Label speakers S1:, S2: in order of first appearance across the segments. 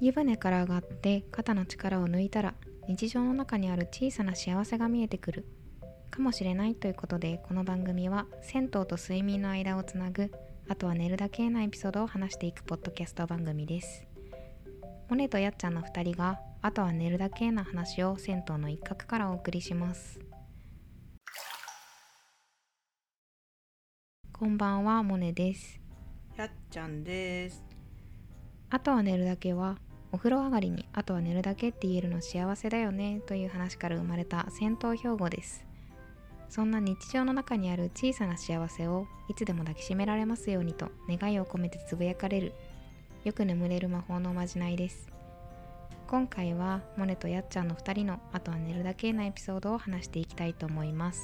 S1: 湯船から上がって肩の力を抜いたら日常の中にある小さな幸せが見えてくるかもしれないということでこの番組は銭湯と睡眠の間をつなぐあとは寝るだけなエピソードを話していくポッドキャスト番組ですモネとやっちゃんの2人があとは寝るだけな話を銭湯の一角からお送りしますこんばんはモネです
S2: やっちゃんです。
S1: あとは寝るだけはお風呂上がりにあとは寝るだけって言えるの幸せだよねという話から生まれた戦闘標語ですそんな日常の中にある小さな幸せをいつでも抱きしめられますようにと願いを込めてつぶやかれるよく眠れる魔法のおまじないです今回はモネとやっちゃんの2人のあとは寝るだけなエピソードを話していきたいと思います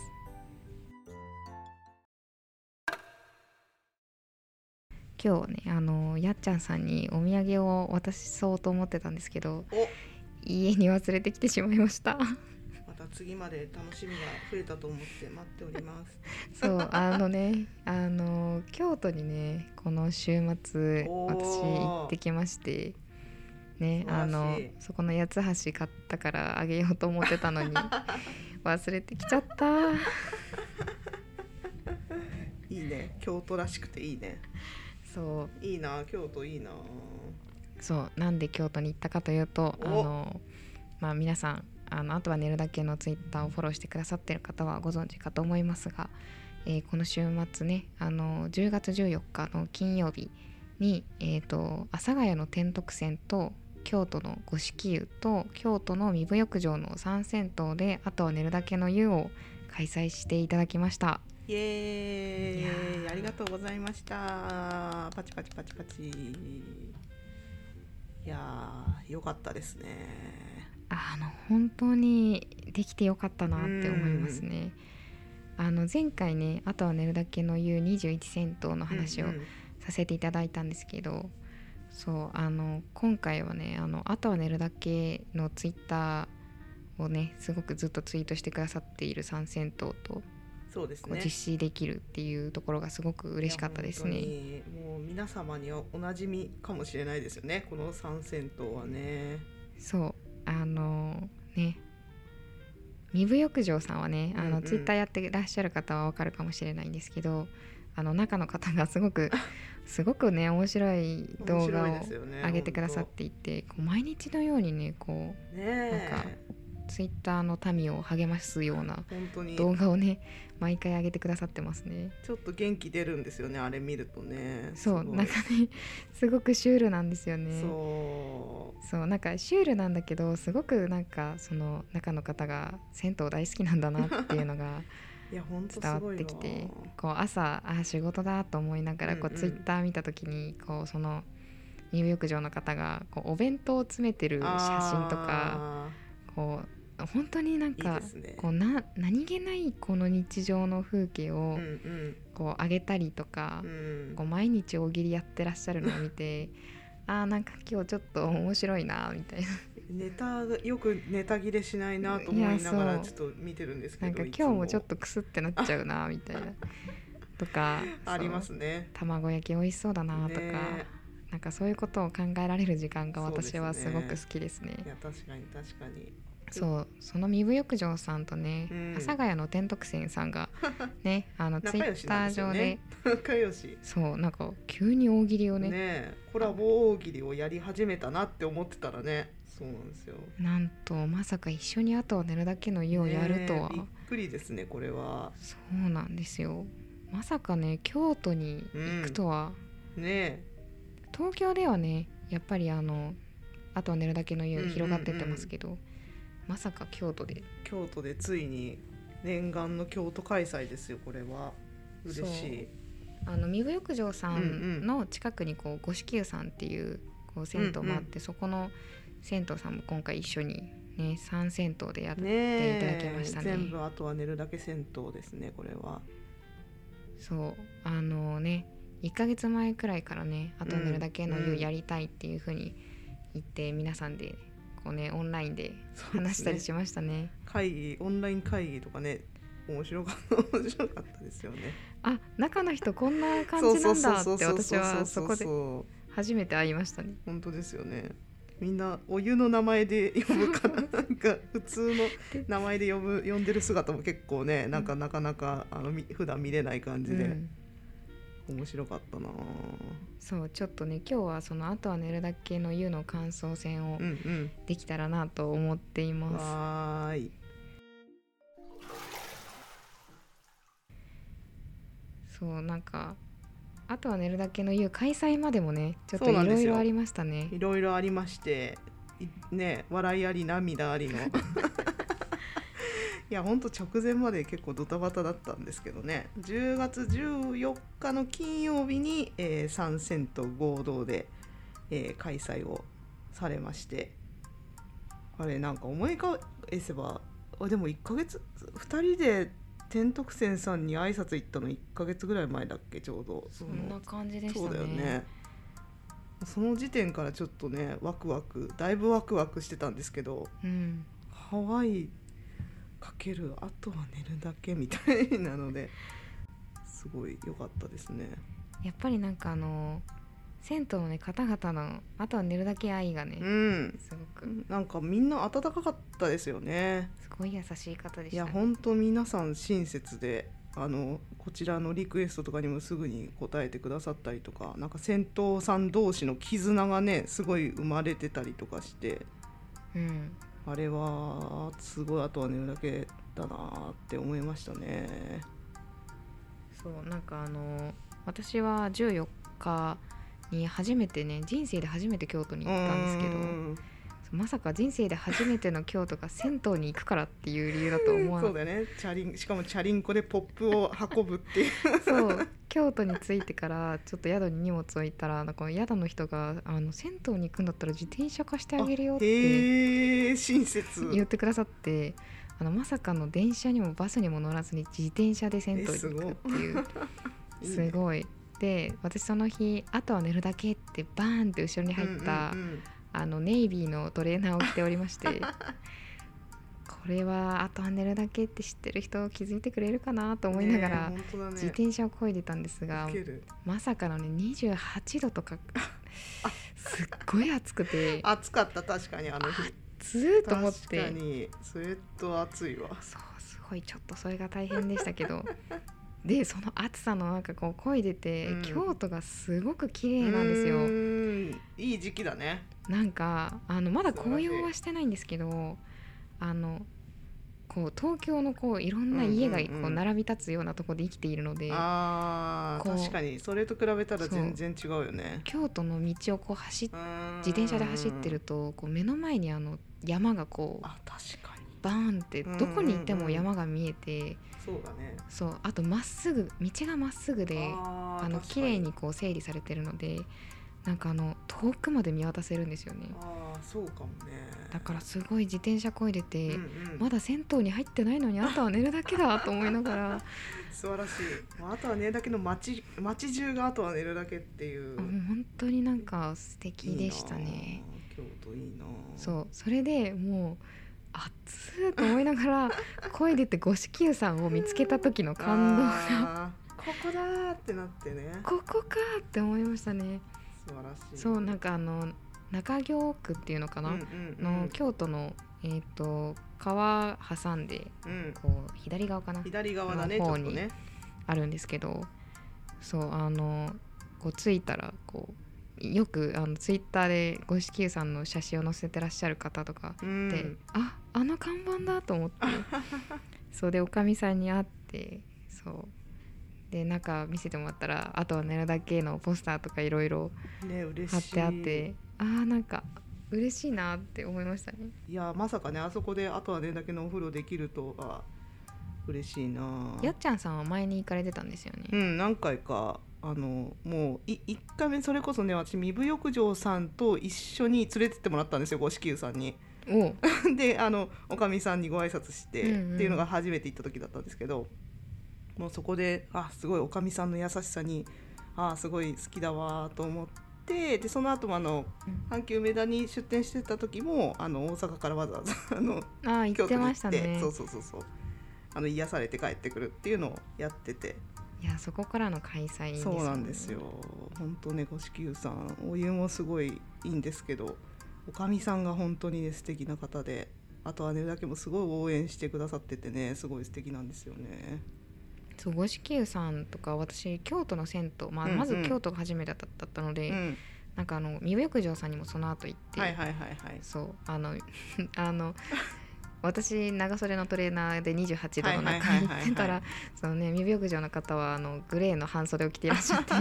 S1: 今日ねあのやっちゃんさんにお土産を渡そうと思ってたんですけど
S2: お
S1: 家に忘れてきてしまいました
S2: また次まで楽しみが増えたと思って待っております。
S1: そうあのねあの京都にねこの週末
S2: おー
S1: 私行ってきましてね
S2: 素晴らしい
S1: あのそこの八つ橋買ったからあげようと思ってたの に忘れてきちゃった
S2: いい ね。京都らしくていいね。
S1: そう
S2: いいな。京都いいな。
S1: そうなんで京都に行ったかというと
S2: お
S1: あの、まあ、皆さんあのあとは寝るだけのツイッターをフォローしてくださってる方はご存知かと思いますが、えーこの週末ねあの10月14日の金曜日に、えー、と阿佐ヶ谷の天徳線と京都の五色湯と京都の三部浴場の三銭湯であとは寝るだけの湯を開催していただきました。
S2: イエー
S1: い
S2: イ
S1: やー
S2: ありがとうございました。パチパチパチパチ。いやー、よかったですね。
S1: あの本当にできてよかったなって思いますね。あの前回ね「あとは寝るだけの言う21銭湯」の話を
S2: うんうん
S1: させていただいたんですけど、そうあの今回はね「あのあとは寝るだけ」のツイッターをねすごくずっとツイートしてくださっている3銭湯とこ
S2: そうです
S1: う
S2: ね。
S1: 実施できるっていうところがすごく嬉しかったです
S2: い
S1: ね。
S2: や。本当にもう皆様にはおなじみかもしれないですよね。この三銭湯はね。
S1: そうあのね三部浴場さんはねあの、
S2: うんうん
S1: ツイッターやってらっしゃる方はわかるかもしれないんですけどあの中の方がすご くすごくね面白い動画を
S2: 面白いですよね
S1: 上げてくださっていて、こう毎日のようにねこ
S2: 本当ねえ
S1: なんかうツイッターの民を励ますような
S2: 本当に
S1: 動画をね毎回上げてくださってますね。
S2: ちょっと元気出るんですよねあれ見るとね
S1: そう
S2: すごい
S1: なんかねすごくシュールなんですよね。
S2: そ
S1: そうなんかシュールなんだけどすごくなんかその中の方が銭湯大好きなんだなっていうのが
S2: ういや本当
S1: 伝わ
S2: すご
S1: っ
S2: い
S1: て
S2: な
S1: きてこう朝あー仕事だと思いながらこう
S2: うんうん
S1: ツイッター見た時にこうその入浴場の方がこうお弁当を詰めてる写真とか
S2: あ
S1: こう本当になん
S2: ーいい
S1: か
S2: ですね
S1: こうな何気ないこの日常の風景
S2: う
S1: を
S2: ん
S1: こう上げたりとか
S2: うんうん
S1: こう毎日大喜利やってらっしゃるのを見てあーなんか今日ちょっと面白いなみたいな。
S2: ネタがよくネタ切れしないなと思いなが
S1: い
S2: ら
S1: や
S2: ちょっと見てるんですけ
S1: な
S2: ど
S1: んか
S2: い
S1: 今
S2: つ
S1: 日もちょっとクスってなっちゃうなみた いなとか
S2: ありま
S1: そ
S2: すね
S1: う卵焼き美味しそうだなとか、
S2: ね
S1: なんかそういうことを考えられる時間が
S2: そうです
S1: 私
S2: ね
S1: はすごく好きですね
S2: いや確かに確かに
S1: そうその三部浴場さんとね、
S2: うん
S1: 阿佐ヶ谷の天徳線さんが ねあのツイ
S2: 仲良
S1: ッ
S2: し
S1: タ
S2: なん
S1: ー
S2: ですよ
S1: 上で
S2: ね仲良し
S1: そうなんか急に大喜利をね
S2: ねえコラボ大喜利をやり始めたなって思ってたらねそうなんですよ
S1: なんとまさか一緒にあとは寝るだけの湯をやるとは、
S2: ねえびっくりですねこれは
S1: そうなんですよまさかね京都に行くとは、
S2: ね
S1: 東京ではねやっぱりあのあとは寝るだけの
S2: うん
S1: 湯
S2: うんうん
S1: 広がってってますけど、まさか京都で
S2: え京都でついに念願の京都開催ですよこれは嬉しい
S1: あの三部浴場さ
S2: うんうん
S1: んの近くにこう五色湯さんっていうこう銭湯もあって、
S2: うん
S1: そこの銭湯さんも今回一緒にね3銭湯でやっ、
S2: ね
S1: やっていただきま
S2: え
S1: したね
S2: 全部あとは寝るだけ銭湯ですねこれは
S1: そうあのね1ヶ月前くらいからねあとは寝るだけの
S2: うんう
S1: 湯
S2: ん
S1: やりたいっていうふうに言って、皆さんでこうねオンラインで
S2: そうですね
S1: 話したりしましたね。
S2: 会議オンライン会議とかね面白かった面白かったですよね
S1: あ中の人こんな感じなんだって私はそこで
S2: そう
S1: 初めて会いましたね
S2: 本当ですよねみんなお湯の名前で呼 ぶからなんか普通の名前で呼ぶ呼んでる姿も結構ねなんかなかなかあのみ普段見れない感じ
S1: う
S2: で
S1: ん
S2: 面白かったなぁ
S1: そうちょっとね今日はその「あとは寝るだけ」の「湯」の感想戦を
S2: うん
S1: できたらなと思ってい
S2: うん
S1: ます。
S2: わーい
S1: そうなんか「あとは寝るだけ」の「湯」開催までもねちょっと
S2: そうないんで
S1: ろ
S2: す
S1: い
S2: よ
S1: ろありましたね。
S2: いろいろありましていね笑いあり涙ありのいやほんと直前まで結構ドタバタだったんですけどね10月14日の金曜日に、えー、参戦と合同で、えー開催をされましてあれなんか思い返せばあでも1ヶ月2人で天徳泉さんに挨拶行ったの1ヶ月ぐらい前だっけちょうど
S1: そ
S2: の
S1: んな感じでしたね。
S2: そうだよねその時点からちょっとねワクワクだいぶワクワクしてたんですけど
S1: うん、
S2: ハワイかけるあとは寝るだけみたいなのですごい良かったですね
S1: やっぱりなんかあの銭湯のね方々の「あとは寝るだけ」愛がね、
S2: うん
S1: すごく
S2: なんかみんな温かかったですよね
S1: すごい優しい方で
S2: い
S1: した
S2: や
S1: ね、
S2: ほんと皆さん親切であのこちらのリクエストとかにもすぐに答えてくださったりとかなんか戦闘さん同士の絆がねすごい生まれてたりとかして
S1: うん、
S2: あれはすごいあとは寝るだけだなーって思いましたね。
S1: そうなんかあの私は14日に初めてね人生で初めて京都に行ったんですけど。まさか人生で初めての京都が銭湯に行くからっていう理由だと思
S2: う
S1: わ
S2: ん
S1: な
S2: そ
S1: か
S2: う
S1: っ
S2: だよねチャリンしかもチャリンコでポップを運ぶ っていう
S1: たそう京都に着いてからちょっと宿に荷物置いたらなんか宿の人があの銭湯に行くんだったら自転車貸してあげるよって
S2: へえ親切
S1: 言ってくださってあのまさかの電車にもバスにも乗らずに自転車で銭湯に行くっていう
S2: いいね
S1: すごい。で私その日あとは寝るだけってバーンって後ろに入った、
S2: うんうんうん
S1: あのネイビーのトレーナーを着ておりまして これはあとは寝るだけって知ってる人気づいてくれるかなと思いながら、
S2: ねえ本当だね
S1: 自転車を漕いでたんですが
S2: ウケる
S1: まさかのね28度と かすっごい暑くて
S2: 暑かった確かにあの日
S1: ずーっと思っ
S2: 確か
S1: て
S2: にスウェット暑いわ
S1: そうすごいちょっとそれが大変でしたけ どでその暑さのなんかこう漕いでて、
S2: うん
S1: 京都がすごく綺麗なんですよ。
S2: うーんいい時期だね
S1: なんかあのまだ
S2: 素晴ら
S1: 紅
S2: しい
S1: 葉はしてないんですけどあのこう東京のこういろんな家が
S2: うん
S1: こ
S2: うんうん
S1: う並び立つようなところで生きているので、
S2: あー
S1: こう
S2: 確かにそれと比べたら全然違うよね
S1: 京都の道をこう走っ
S2: うーん
S1: 自転車で走ってるとこう目の前にあの山がこう
S2: あ確かに
S1: バーンって
S2: うんうんうん
S1: どこに行っても山が見えて、
S2: そうだね
S1: そうあとまっすぐ道がまっすぐで
S2: あー
S1: あの
S2: 確か
S1: 綺麗にこう整理されてるのでなんかあの遠くまで見渡せるんですよね
S2: ああそうかもね
S1: だからすごい自転車こいでて、
S2: うんうん
S1: まだ銭湯に入ってないのにあとは寝るだけだと思いながら
S2: 素晴らしい、まあ、あとは寝るだけの街街中があとは寝るだけっていう
S1: あもう本当になんか素敵でしたね
S2: いいなあ京都いいなあ
S1: そうそれでもう熱いと思いなが ら声出て五色球さんを見つけた時の感動が
S2: あーここだーってなってね
S1: ここかって思いましたね
S2: 素晴らしい
S1: そうなん
S2: か
S1: かあの中京区っていうのかな、
S2: うんうんう
S1: の
S2: ん
S1: 京都のえっ、と川挟んで
S2: うん、
S1: こう左側かな
S2: 左側だねち
S1: の
S2: ょ
S1: 方
S2: っと
S1: に
S2: ね
S1: あるんですけどそうあのこう着いたらこうよくあのツイッターで五色湯さんの写真を載せてらっしゃる方とか
S2: う
S1: で、
S2: ん
S1: ああの看板だと思って そうでおかみさんに会ってそうで中見せてもらったらあとは寝るだけのポスターとかいろいろ
S2: ね嬉
S1: 貼っ
S2: しい
S1: てあってあーなんか嬉しいなって思いましたね。
S2: いやまさかねあそこであとは寝るだけのお風呂できるとは嬉しいなあ
S1: やっちゃんさんは前に行かれてたんですよ
S2: う
S1: ね。
S2: ん、何回かあのもうい1回目それこそね私身分浴場さんと一緒に連れてってもらったんですよ五色湯さんに。
S1: おう
S2: であのおかみさんにご挨拶して、
S1: うんうん
S2: っていうのが初めて行った時だったんですけどもうそこであすごいおかみさんの優しさにあすごい好きだわと思ってでその後もあの
S1: うん
S2: 阪急梅田に出店してた時もあの大阪からわざわざあの
S1: あー行っ
S2: 京都
S1: て
S2: に行
S1: ま
S2: っ
S1: した
S2: て
S1: ね
S2: そう。そうそうそうあの癒されて帰ってくるっていうのをやってて。
S1: いいやそこからの開催です
S2: そうなん
S1: も
S2: ですよ本当ね五色湯さんお湯もすごいいいんですけどおかみさんが本当にね素敵な方であとはねだけもすごい応援してくださっててねすごい素敵なんですよね
S1: そう五色湯さんとか私京都の銭湯、まあ、
S2: うんうん
S1: まず京都が初めてだったので、
S2: うん
S1: なんかあの三部浴場さんにもその後行って、
S2: はいはいはいはい
S1: そうあの あの私長袖のトレーナーで28度の
S2: はい
S1: 中
S2: はいはい
S1: 行
S2: はいはい
S1: ってたらそのね未病場の方はあのグレーの半袖を着ていらっしゃ って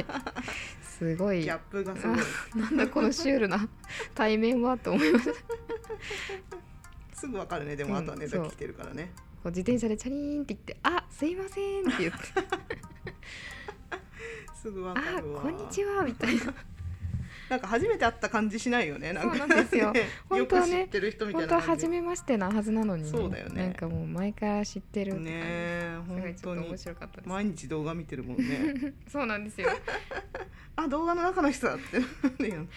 S1: すごい
S2: ギャップがすごい
S1: なんだこのシュールな 対面はと思いましたこ
S2: すぐわかるねでも
S1: う
S2: あ
S1: ん
S2: とはねだけ来てるからね
S1: う自転車でチャリーンって言って「あすいません」って言って「
S2: すぐわか
S1: あ
S2: るわ
S1: こんにちは」みたいな
S2: なんか初めて会った感じしないよねなんか
S1: そうなんですよ
S2: ね
S1: 本
S2: よ
S1: 当は
S2: く
S1: ね
S2: 知ってる人みた
S1: 本
S2: い
S1: 当は
S2: な感
S1: 初
S2: じ
S1: めましてなはずなのに、
S2: そうだよね
S1: なんかもう前から知ってるって感じ、
S2: ねえ
S1: すごい
S2: 本
S1: ちょ
S2: 当
S1: っと
S2: に
S1: 面白かったです、
S2: 毎日動画見てるもんね
S1: そうなん ですよ
S2: あ動画の中の人だって なるよね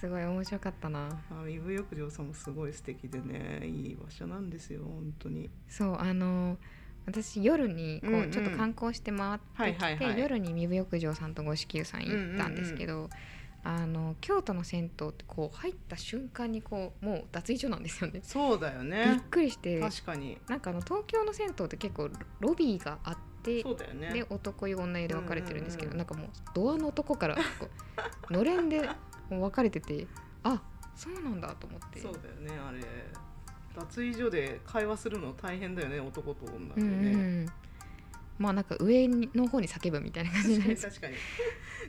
S1: すごい面白かったな
S2: あイブ浴場さんもすごい素敵でねいい場所なんですよ本当に
S1: そうあの私夜にこ
S2: うんう
S1: うんちょっと観光して回ってきて、
S2: はいはいはい
S1: 夜に三部浴場さんと五色湯さん行ったんですけど、あの京都の銭湯ってこう入った瞬間にこうもう脱衣所なんですよね。
S2: そうだよ
S1: びっ
S2: ね
S1: くりして
S2: 確かに
S1: なんかあの東京の銭湯って結構ロビーがあって、
S2: そうだよね
S1: で男湯女湯で分かれてるんですけど、
S2: うんうんうん
S1: なんかもうドアのとこからこ うのれんでもう分かれててあそうなんだと思って
S2: そうだよねあれ脱衣所で会話するの大変だよね男と女で
S1: うんうんう
S2: ね、
S1: ん、まあなんか上の方に叫ぶみたいな感じになり
S2: 確かに
S1: ます
S2: 確かに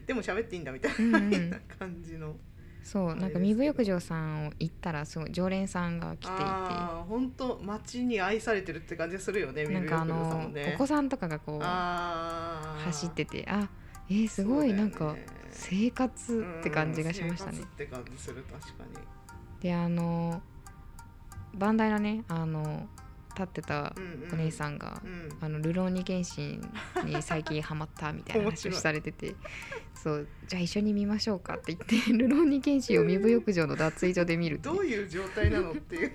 S2: でも喋っていいんだみたい
S1: うんうんうん
S2: な感じの
S1: そうなんか
S2: あれですけど
S1: 三部浴場さんを行ったらすごい常連さんが来ていて
S2: ああ本当街に愛されてるって感じがするよね
S1: な
S2: ミ
S1: ん
S2: ル
S1: かあ
S2: さん
S1: の
S2: もね
S1: お子さんとかがこう
S2: あー
S1: 走っててあえー、すごい、なんか生活って感じがしましたね
S2: うん生活。って感じする確かに
S1: であのバンダイのねあの立ってた
S2: うんうん
S1: お姉さんが
S2: う。ん
S1: あのルローニケンシンに最近ハマったみたいな話
S2: 面白
S1: を
S2: い
S1: されててそうじゃあ一緒に見ましょうかって言って ルローニケンシンを身分浴場の脱衣所で見るっていう
S2: どういう状態なのっていう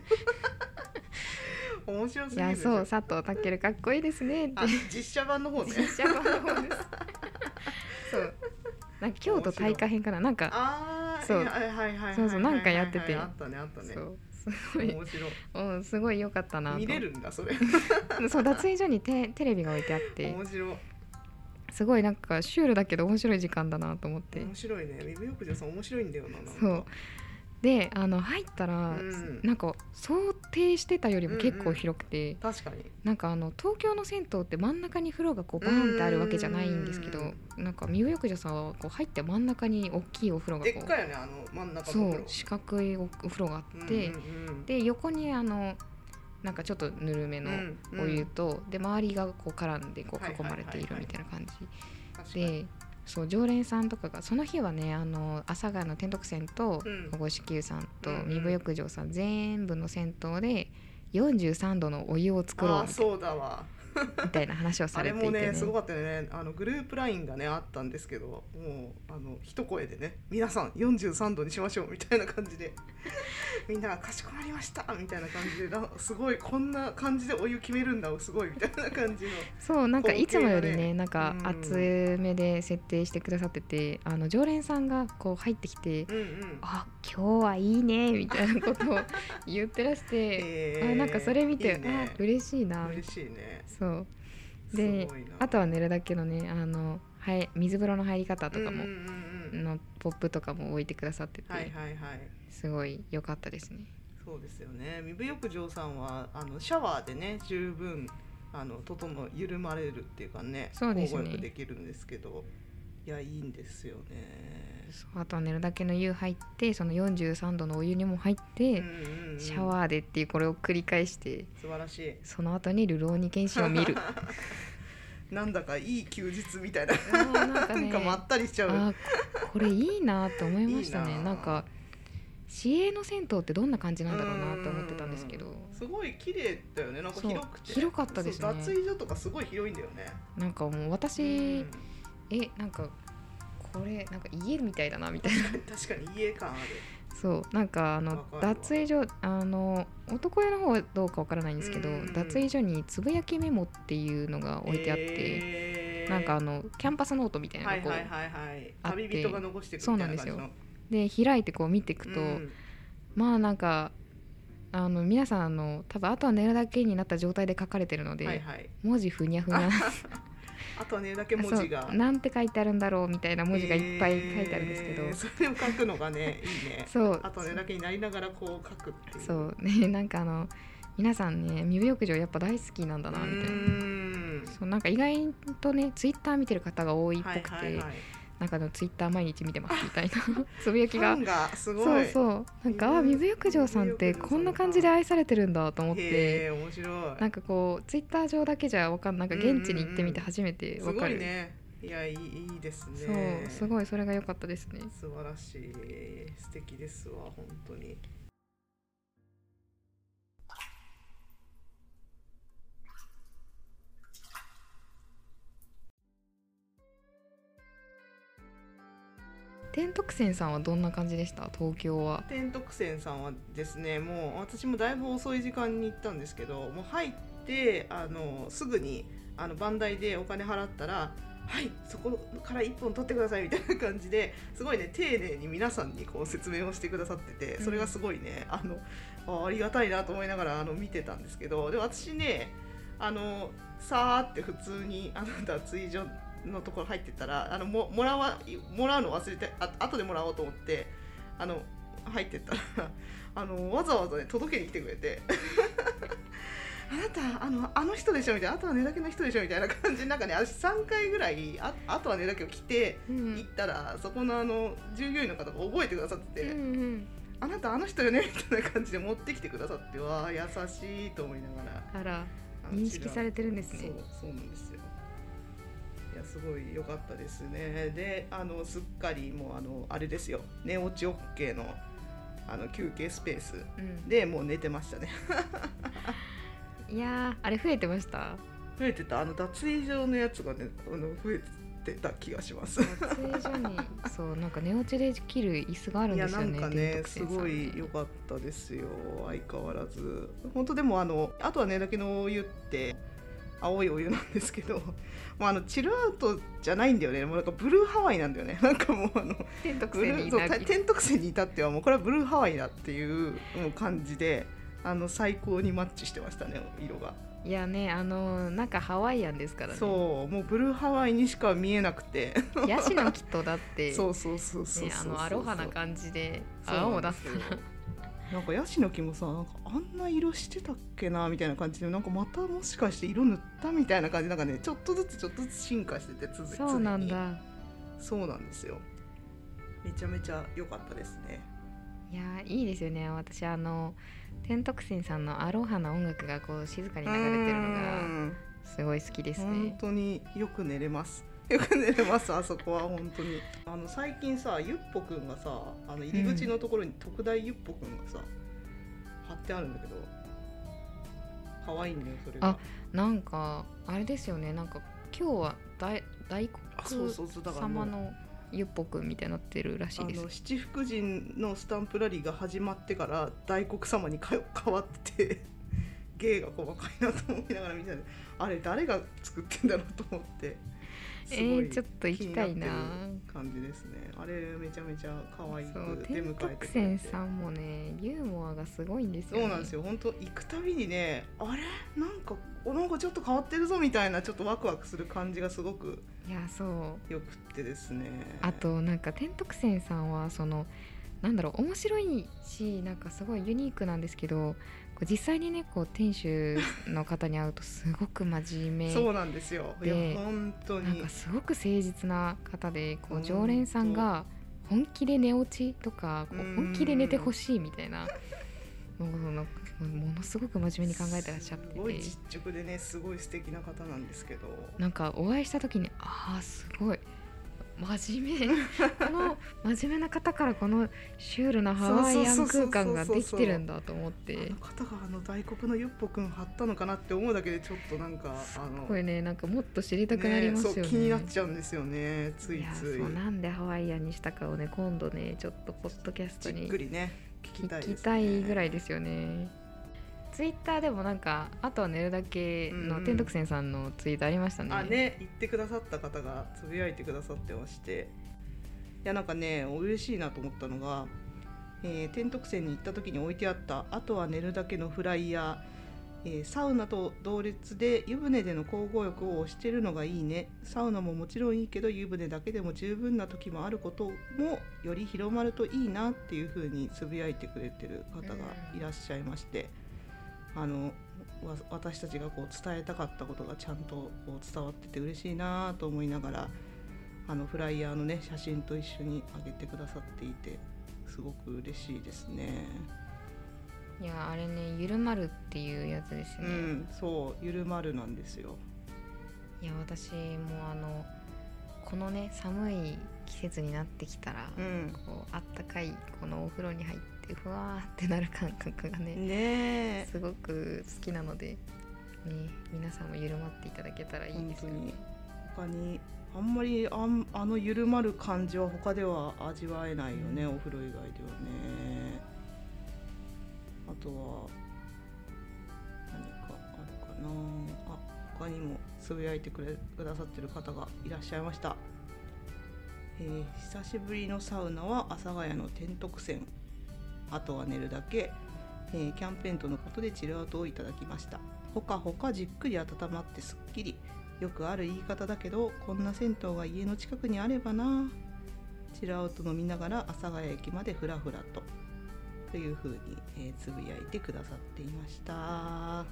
S2: 面白す
S1: い
S2: ぎる
S1: や
S2: でしょ
S1: そう佐藤健かっこいいです ねって
S2: あ実写版の方ね
S1: 実写版の方ですそうなんか京都大火編かななんか
S2: ああ
S1: そう
S2: はいはいはいはい
S1: そうそうなんかやってて
S2: はいはいあったねあったね
S1: そうすごい
S2: 面白い
S1: うんすごい良かったなと
S2: 見れるんだそれ
S1: そう脱衣所にテテレビが置いてあって
S2: 面白い
S1: すごいなんかシュールだけど面白い時間だなと思って
S2: 面白いねミブヨクジョさん面白いんだよななんか
S1: そうであの入ったら、
S2: うん
S1: なんか想定してたよりも結構広くて、
S2: 確かに
S1: なんかあの東京の銭湯って真ん中に風呂がこうバーンってあるわけじゃないんですけど、
S2: うん
S1: なんか入浴所さんはこう入って真ん中に大きいお風呂が
S2: で
S1: こ
S2: っ
S1: う
S2: かいよねあの真ん中
S1: そ
S2: のとこ
S1: う
S2: ろ
S1: 四角いおお風呂があ
S2: うんう
S1: っ
S2: ん
S1: て、
S2: うん
S1: で横にあのなんかちょっとぬるめの
S2: うんうん
S1: お湯と、で周りがこう絡んでこ
S2: はいう
S1: 囲まれているみたいな感じ、
S2: 確かに
S1: でそう常連さんとかがその日はねあの阿佐ヶ谷の天徳線と
S2: うん
S1: 五色湯さんと
S2: うんうん
S1: 三部浴場さん、全部の銭湯で43度のお湯を作ろう
S2: あーそうだわ
S1: みたいな話をさ
S2: あ
S1: れ
S2: れ
S1: ていて、
S2: も
S1: ね
S2: ねすごかったよねあのグループラインがねあったんですけどもうあの一声でね皆さん43度にしましょうみたいな感じで みんながかしこまりましたみたいな感じでなすごいこんな感じでお湯決めるんだすごいみたいな感じの
S1: そうなんかいつもよりね
S2: 光景がね
S1: なんか
S2: うん
S1: 厚めで設定してくださってて、あの常連さんがこう入ってきて
S2: うんうん
S1: 「あ今日はいいね」みたいなことを言ってら して、
S2: え
S1: あなんかそれ見て
S2: いいね
S1: あ嬉しいなみたいな
S2: 嬉しいね
S1: そうです
S2: ごいな
S1: あとは寝るだけのねあの、はい、水風呂の入り方とかも、
S2: うんうんうんうん
S1: のポップとかも置いてくださってて、
S2: はいはいはい
S1: すごい良かったですね。
S2: そうですよね身分浴場さんはあのシャワーでね十分あの整緩まれるっていうかね
S1: そうですね
S2: 交互浴できるんですけどいやいいんですよね。
S1: そうあとは寝るだけの湯入ってその43度のお湯にも入って、
S2: うんうんうん
S1: シャワーでっていうこれを繰り返して
S2: 素晴らしい
S1: その後にルローニケンシンを見るあ
S2: なんだかいい休日みたい な、
S1: ーなんか
S2: な
S1: ね
S2: んかまったりしちゃう
S1: あーこれいいなと思いましたね
S2: いいな
S1: なんか市営の銭湯ってどんな感じなんだろうなと思ってたんですけど
S2: すごい綺麗だよねなんか広くて
S1: そう広かったですね
S2: そう脱衣所とかすごい広いんだよね
S1: なんかもう私、
S2: うん
S1: えなんかこれなんか家みたいだなみたいな
S2: 確かに家感ある
S1: そうなんかあ
S2: わ
S1: の
S2: かるわ
S1: 脱衣所あの男湯の方はどうかわからないんですけど、
S2: うんうんうん
S1: 脱衣所につぶやきメモっていうのが置いてあって、
S2: えへー
S1: なんかあのキャンパスノートみたいな
S2: はい
S1: のこ
S2: はいはいうはい
S1: あって
S2: 旅人が残してくみたいな感じの
S1: そうで開いてこう見ていくと、
S2: うん
S1: まあなんかあの皆さんあの多分あとは寝るだけになった状態で書かれてるので、
S2: はいはい
S1: 文字ふにゃふにゃ
S2: あとはねだけ文字が
S1: そうなんて書いてあるんだろうみたいな文字がいっぱい書いてあるんですけど、
S2: えーそれを書くのがねいいね
S1: そう
S2: あとねだけになりながらこう書くっていう
S1: そうねなんかあの皆さんね入浴場やっぱ大好きなんだ
S2: う
S1: な
S2: ー
S1: みたいなんそうなんか意外とねツイッター見てる方が多いっぽ
S2: は
S1: く
S2: い
S1: て、
S2: はいはい
S1: なんかあのツイッター毎日見てますみたいな つぶやき
S2: フ
S1: が
S2: ァンがすご
S1: そう
S2: い
S1: そうなんか
S2: へー
S1: あ水浴場さんってこんな感じで愛されてるんだと思って
S2: へえ面白い
S1: なんかこうツイッター上だけじゃわかんなんか現地に行ってみて初めてわ
S2: すご
S1: か
S2: い
S1: る、
S2: ねいやいいいいです
S1: そ
S2: ね
S1: うすごいそれが良かったですね
S2: 素晴らしい素敵ですわ本当に
S1: 天徳泉さんはどんな感じでした東京は
S2: 天徳泉さんはですねもう私もだいぶ遅い時間に行ったんですけどもう入ってあのすぐにあの番台でお金払ったら「はいそこから1本取ってください」みたいな感じですごいね丁寧に皆さんにこう説明をしてくださっててそれがすごいねあのあありがたいなと思いながらあの見てたんですけどで私ねあのさーって普通にあの脱衣所のところ入ってったらあのももらわもらうの忘れてあ後でもらおうと思ってあの入ってったら あのわざわざね届けに来てくれて あなたあのあの人でしょみたいなあとは寝だけの人でしょみたいな感じでなんかね私3回ぐらいああとは寝だけを着て
S1: うんう
S2: 行ったらそこのあの従業員の方が覚えてくださってて。
S1: ん
S2: あなたあの人よねみたいな感じで持ってきてくださってわあ優しいと思いながら
S1: あら
S2: あの
S1: 認識されてるんです
S2: そう
S1: ね
S2: そうなんですよいやすごい良かったですねであのすっかりもうあのあれですよ寝落ち OK のあの休憩スペース
S1: うん
S2: でもう寝てましたね
S1: いやーあれ増えてました
S2: 増えてたあの脱衣場のやつがねあの増えてた気がします
S1: 撮影所にそうなんか寝落ちできる椅子があるん
S2: い
S1: で
S2: や
S1: すよ
S2: な
S1: ね
S2: んかね
S1: 天徳
S2: す
S1: 泉さん
S2: ごい良かったですよ相変わらず本当でもあのあとはねだけのお湯って青いお湯なんですけど もうあのチルアウトじゃないんだよねもうなんかブルーハワイなんだよね なんかもうあの
S1: 天徳
S2: ブル
S1: 泉に
S2: ー
S1: い
S2: そう
S1: な
S2: た
S1: ぎ
S2: 天徳線に至ってはもうこれはブルーハワイだっていうもう感じであの最高にマッチしてましたね色が、
S1: いやねあのーなんかハワイアンですからね
S2: そうもうブルーハワイにしか見えなくて
S1: ヤシの木とだって
S2: そうそうそうそうそう
S1: ね、あのアロハな感じで
S2: そう
S1: 青
S2: な
S1: だ
S2: ん
S1: っ
S2: ですよ なんかヤシの木もさなんかあんな色してたっけなみたいな感じでなんかまたもしかして色塗ったみたいな感じでなんかねちょっとずつちょっとずつ進化してて続
S1: た
S2: き
S1: そうなんだ
S2: そうなんですよめちゃめちゃ良かったですね
S1: いやーいいですよね私あの天徳泉さんのアロハな音楽がこう静かに流れてるの
S2: う
S1: が
S2: ん
S1: すごい好きです
S2: 本
S1: ね
S2: 当によく寝れます よく寝れますあそこは本当にあの最近さゆっぽくんがさあの入り口のところに特大ゆっぽくんがさ、貼ってあるんだけど可愛いんだよそれが
S1: あなんかあれですよねなんか今日は大大黒
S2: あそうそうそうだからも
S1: 様
S2: う
S1: のゆっぽくんみたいになってるらし
S2: あ
S1: いです
S2: の七福神のスタンプラリーが始まってから大黒様にか変わってて 芸が細かいなと思いながら見てたあれ誰が作ってんだろうと思って
S1: え
S2: すごい
S1: ー、ちょっと行きたいな
S2: 気にってる感じですねあれめちゃめちゃ可愛
S1: そ
S2: く
S1: う
S2: 出
S1: 天
S2: 迎え
S1: 徳
S2: てくれ
S1: 泉
S2: て
S1: さんもねユーモアがすごいんですよ、ね、
S2: そうなんですよ本当行くたびにねあれなんかおなんかちょっと変わってるぞみたいなちょっとワクワクする感じがすごく
S1: いやそう
S2: よくってですね
S1: あとなんか天徳泉さんはそのなんだろう面白いしなんかすごいユニークなんですけどこう実際にねこう店主の方に会うとすごく真面目
S2: そうなんですよいや
S1: で
S2: 本当
S1: なん
S2: に
S1: かすごく誠実な方でこ
S2: ほん
S1: う
S2: と
S1: 常連さんが本気で寝落ちとかこ
S2: う
S1: うん本気で寝てほしいみたいな もうそのものすごく真面目に考えてらっしゃって
S2: すごい
S1: て
S2: 実直でねすごい素敵な方なんですけど
S1: なんかお会いした時にああすごい真 面目この真面目な方からこのシュールなハワイアン空間ができてるんだと思っ
S2: あ
S1: て
S2: の方があの大黒のゆっぽくん貼ったのかなって思うだけでちょっとなんかあの
S1: これねなんかもっと知りたくなりますよね
S2: そう気になっちゃうんですよねつい
S1: や
S2: つい
S1: そうなんでハワイアンにしたかをね今度ねちょっとポッドキャスト
S2: じっ
S1: に
S2: くりね聞きたい
S1: 聞
S2: で
S1: き
S2: すね
S1: たいぐらいですよねツイッターでもなんか「あとは寝るだけ」
S2: うんう
S1: の
S2: ん
S1: 天徳仙さんのツイートありましたね。
S2: あね言ってくださった方がつぶやいてくださってましていやなんかね嬉しいなと思ったのが、えー天徳線に行った時に置いてあった「あとは寝るだけのフライヤー」えーサウナと同列で湯船での交互浴を推してるのがいいねサウナももちろんいいけど湯船だけでも十分な時もあることもより広まるといいなっていう風につぶやいてくれてる方がいらっしゃいまして、あのわ私たちがこう伝えたかったことがちゃんとこう伝わってて嬉しいなと思いながらあのフライヤーのね写真と一緒に上げてくださっていてすごく嬉しいですね。
S1: いやあれね「ゆるまる」っていうやつです
S2: う
S1: ね。
S2: ん、そうゆるまるなんですよ。
S1: いや私もあのこのね寒い季節になってきたら、
S2: うん、
S1: こうあったかいこのお風呂に入ってふわーってなる感覚がね、
S2: ねえ
S1: すごく好きなので、ね、皆さんも緩まっていただけたらいいですよね。
S2: 他にあんまりあんあのゆるまる感じは他では味わえないよね、
S1: うん
S2: お風呂以外ではね。あとは何かあるかなあ他にもつぶやいてくれくださってる方がいらっしゃいました、えー久しぶりのサウナは阿佐ヶ谷の天徳線あとは寝るだけ、えーキャンペーンとのことで治療アウトをいただきましたほかほかじっくり温まってすっきりよくある言い方だけどこんな銭湯が家の近くにあればなチルアウト飲みながら阿佐ヶ谷駅までふらふらとというふうに、えーつぶやいてくださっていました。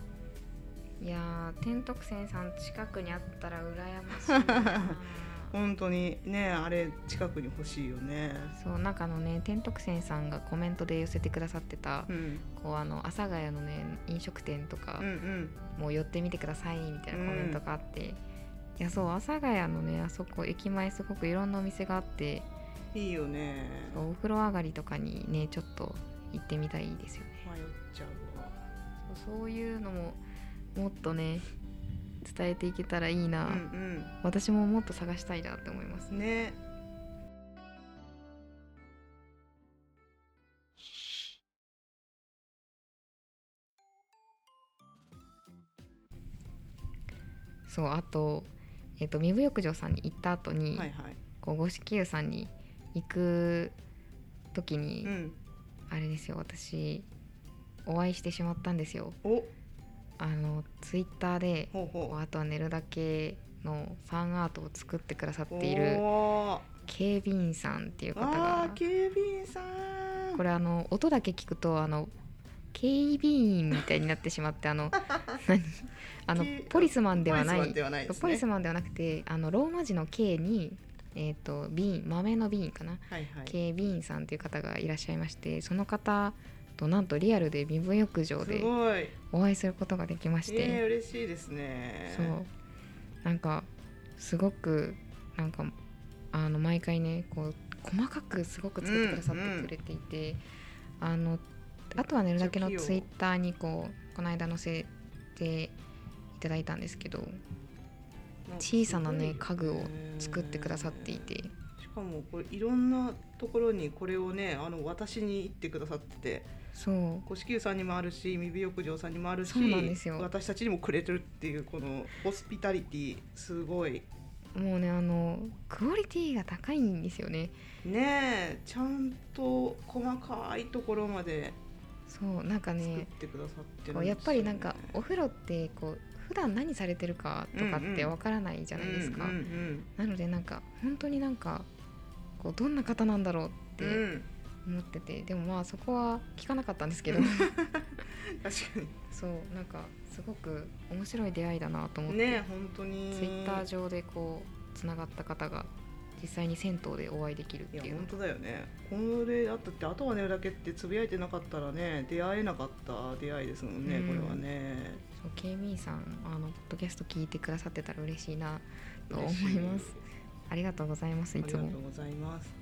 S1: いやー天徳仙さん近くにあったら羨ましいな
S2: 本当にねあれ近くに欲しいよね。
S1: そうなんかあのね天徳仙さんがコメントで寄せてくださってた、
S2: うん、
S1: こうあの阿佐ヶ谷のね飲食店とか
S2: うん、うん、
S1: もう寄ってみてくださいみたいなコメントがあって、いやそう阿佐ヶ谷のねあそこ駅前すごくいろんなお店があって
S2: いいよね。
S1: お風呂上がりとかにねちょっと行ってみたいですよね
S2: 迷っちゃうわ。
S1: そうそういうのももっとね伝えていけたらいいな、
S2: うん、
S1: 私ももっと探したいなって思います
S2: うん、ね。
S1: そうあとえっと三部浴場さんに行った後に、
S2: はいはい。
S1: こう五色湯さんに行く時に、
S2: うん、
S1: あれですよ私お会いしてしまったんですよ
S2: お、
S1: あのツイッターで
S2: ほうほ
S1: あとは寝るだけのファンアートを作ってくださっ
S2: う。
S1: ている
S2: おー
S1: 警備員さんっていう方
S2: あ
S1: が
S2: ー警備員さん。
S1: これあの音だけ聞くとあの警備員みたいになってしまってあ の何 あの
S2: け
S1: ポリスマンではな
S2: ポリスマン
S1: い
S2: ではないですね。
S1: ポリスマンではなくてあのローマ字の K に、えー、と瓶豆の瓶かな、
S2: はいはい。
S1: 警備員さんっていう方がいらっしゃいましてその方となんとリアルで身分浴場
S2: す
S1: で
S2: ごい。
S1: お会いすることができまして。
S2: えー、嬉しいですね。
S1: そうなんかすごくなんかあの毎回ねこう細かくすごく作ってくださってくれていて、あのあとは寝るだけの
S2: めっちゃ
S1: ツ
S2: 器
S1: イ
S2: 用
S1: ッターにこうこの間載せていただいたんですけど
S2: なんかすごい
S1: 小さなね家具を作ってくださっていて
S2: しかもこれいろんなところにこれをねあの私に言ってくださってて
S1: そう
S2: 五色湯さんにもあるし耳浴場さんにもあるし
S1: そうなんですよ
S2: 私たちにもくれてるっていうこのホスピタリティすごい
S1: もうねあのクオリティが高いんですよね
S2: ねえちゃんと細かいところまで
S1: そうなんか
S2: 作っ
S1: ね
S2: てくださってるんですよ
S1: こ
S2: ね、
S1: うやっぱりなんかお風呂ってこう普段何されてるかとかってわからないじゃないですか、
S2: うんうん
S1: なのでなんか本当になんかこうどんな方なんだろう
S2: うん
S1: って思ってて、でもまあそこは聞かなかったんですけど
S2: うん確か
S1: そうなんかすごく面白い出会いだなと思っ
S2: に
S1: て、
S2: ねえ本当に
S1: ツイッター上でこうつながった方が実際に銭湯でお会いできるっ
S2: い
S1: て
S2: や
S1: いうの
S2: 本当だよねこれだったってあとは寝るだけってつぶやいてなかったらね出会えなかった出会いですもんね、
S1: うん
S2: これはね
S1: そうケイミーさんあのポッドキャスト聞いてくださってたら嬉しいなと思
S2: 嬉し
S1: いますありがとうございます
S2: あり
S1: い
S2: が
S1: つ
S2: と
S1: も
S2: うございます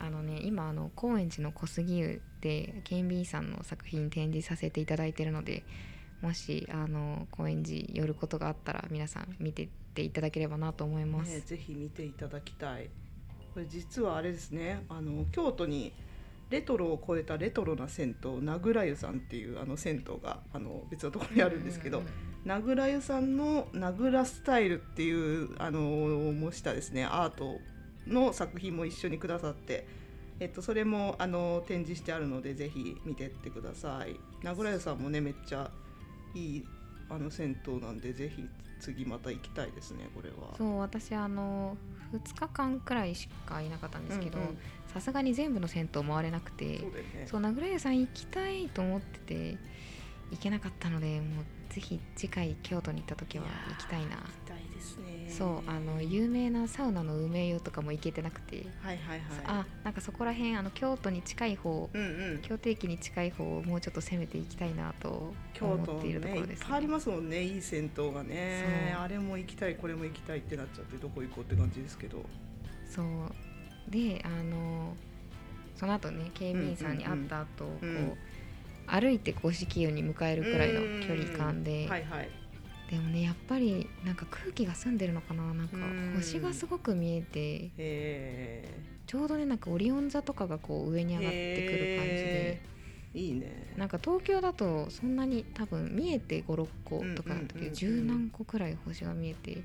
S1: あのね今あの高円寺の小杉湯でケンビーさんの作品展示させていただいてるのでもしあの高円寺寄ることがあったら皆さん見てっていただければなと思います、
S2: ね、ぜひ見ていただきたいこれ実はあれですねあの京都にレトロを超えたレトロな銭湯名倉湯さんっていうあの銭湯があの別のところにあるんですけど、
S1: うう
S2: 名倉湯さんの「名倉スタイル」っていうあの模したですねアートの作品も一緒にくださって、えっと、それもあの展示してあるのでぜひ見てってください名倉湯さんもねめっちゃいいあの銭湯なんでぜひ次また行きたいですねこれは。
S1: そう私あの2日間くらいしかいなかったんですけど
S2: うんうん
S1: さすがに全部の銭湯回れなくて
S2: そうだよね
S1: そう名倉屋さん行きたいと思ってて行けなかったのでもうぜひ次回京都に行った時は行きたいな
S2: 行きたいですね
S1: そうあの有名なサウナの梅湯とかも行けてなくて、
S2: はいはいはい
S1: あなんかそこら辺あの京都に近い方
S2: うんうん
S1: 京都駅に近い方をもうちょっと攻めていきたいなと
S2: 京都
S1: 思っ
S2: も
S1: てい
S2: ね
S1: るとこ
S2: い
S1: ろ
S2: っ
S1: です、
S2: ぱいありますもんねいい銭湯がね
S1: そう
S2: あれも行きたいこれも行きたいってなっちゃってどこ行こうって感じですけど
S1: そうであのその後ね警備員さんに会った後、
S2: うんうんうん
S1: こう歩いて公式湯に迎えるくらいの距離感で、
S2: はいはい
S1: でもねやっぱりなんか空気が澄んでるのかななんか
S2: うん
S1: 星がすごく見えて
S2: え
S1: ちょうどねなんかオリオン座とかがこう上に上がってくる感じで
S2: へ。ーいいね
S1: なんか東京だとそんなに多分見えて56個とかだった
S2: うんうんうん
S1: け
S2: う
S1: ど
S2: ん
S1: 十何個くらい星が見えて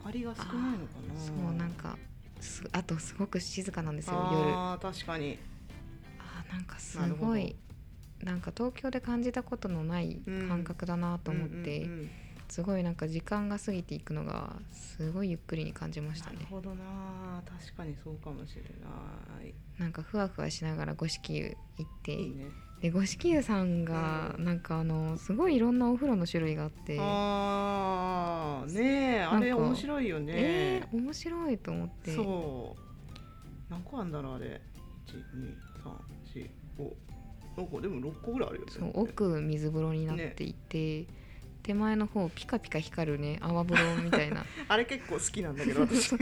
S2: 明かりが少ないのかな
S1: そうなんかすあとすごく静かなんですよ夜あ
S2: あー確かに
S1: ーなんかす
S2: なるほ
S1: ご
S2: ど
S1: いなんか東京で感じたことのない
S2: うん
S1: 感覚だなと思って、
S2: うんうんうん
S1: すごいなんか時間が過ぎていくのがすごいゆっくりに感じました
S2: な
S1: ね
S2: るほどな確かにそうかもしれない
S1: なんかふわふわしながら五色湯行って
S2: いいね
S1: で五色湯さんが
S2: うん
S1: なんかあのすごいいろんなお風呂の種類があって
S2: あーねえあれ
S1: なんか
S2: 面白いよね
S1: えー、面白いと思って
S2: そう何個あんだろうあれ12345なんかでも6個ぐらいあるよね
S1: そう奥水風呂になっていて、手前の方ピカピカ光るね泡風呂みたい な
S2: あれ結構好きなんだけ ど私